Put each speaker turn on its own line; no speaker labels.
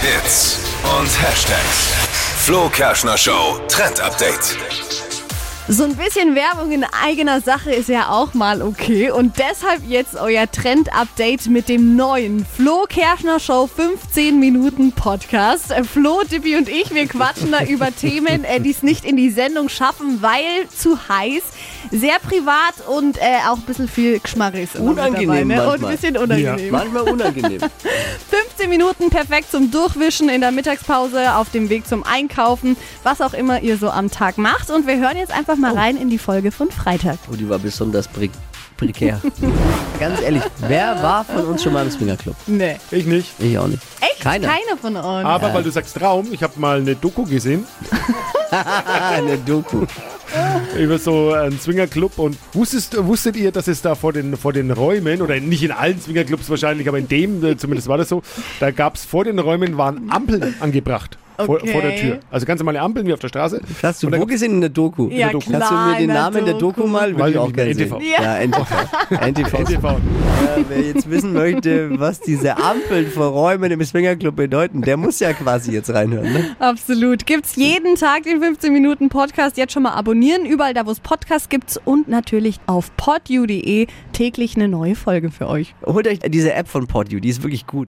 Hits und Hashtags. Flo Kerschner Show Trend Update.
So ein bisschen Werbung in eigener Sache ist ja auch mal okay. Und deshalb jetzt euer Trend-Update mit dem neuen Flo Kerschner Show 15 Minuten Podcast. Äh, Flo, Dippi und ich, wir quatschen da über Themen, äh, die es nicht in die Sendung schaffen, weil zu heiß, sehr privat und äh, auch ein bisschen viel Geschmarris. immer mit dabei,
Unangenehm
ne? Und ein
manchmal.
bisschen unangenehm.
Manchmal unangenehm.
15 Minuten perfekt zum Durchwischen in der Mittagspause, auf dem Weg zum Einkaufen, was auch immer ihr so am Tag macht. Und wir hören jetzt einfach mal rein in die Folge von Freitag.
Oh, die war besonders pre prekär. Ganz ehrlich, wer war von uns schon mal im Swingerclub?
Nee.
Ich nicht.
Ich auch nicht.
Echt?
Keiner.
Keine von uns.
Aber weil du sagst Traum, ich habe mal eine Doku gesehen
Ah, eine Doku.
über so einen Swingerclub und wusstest, wusstet ihr, dass es da vor den, vor den Räumen, oder nicht in allen Swingerclubs wahrscheinlich, aber in dem äh, zumindest war das so, da gab es vor den Räumen waren Ampeln angebracht. Vor,
Okay.
vor der Tür. Also ganz normale Ampeln wie auf der Straße.
Hast du
Und da
wo gesehen in der Doku?
Ja,
Kannst
klar,
du mir
in
den
der
Namen der Doku
Doku.
mal? Würde
Weil
ich auch
ich
gerne
mit
sehen.
NTV.
Ja, NTV. NTV.
NTV.
Äh, wer jetzt wissen möchte, was diese Ampeln vor Räumen im Swingerclub bedeuten, der muss ja quasi jetzt reinhören. Ne?
Absolut. Gibt's jeden Tag den 15 Minuten Podcast. Jetzt schon mal abonnieren. Überall da, wo es Podcasts gibt. Und natürlich auf podu.de täglich eine neue Folge für euch.
Holt euch diese App von PodU, die ist wirklich gut.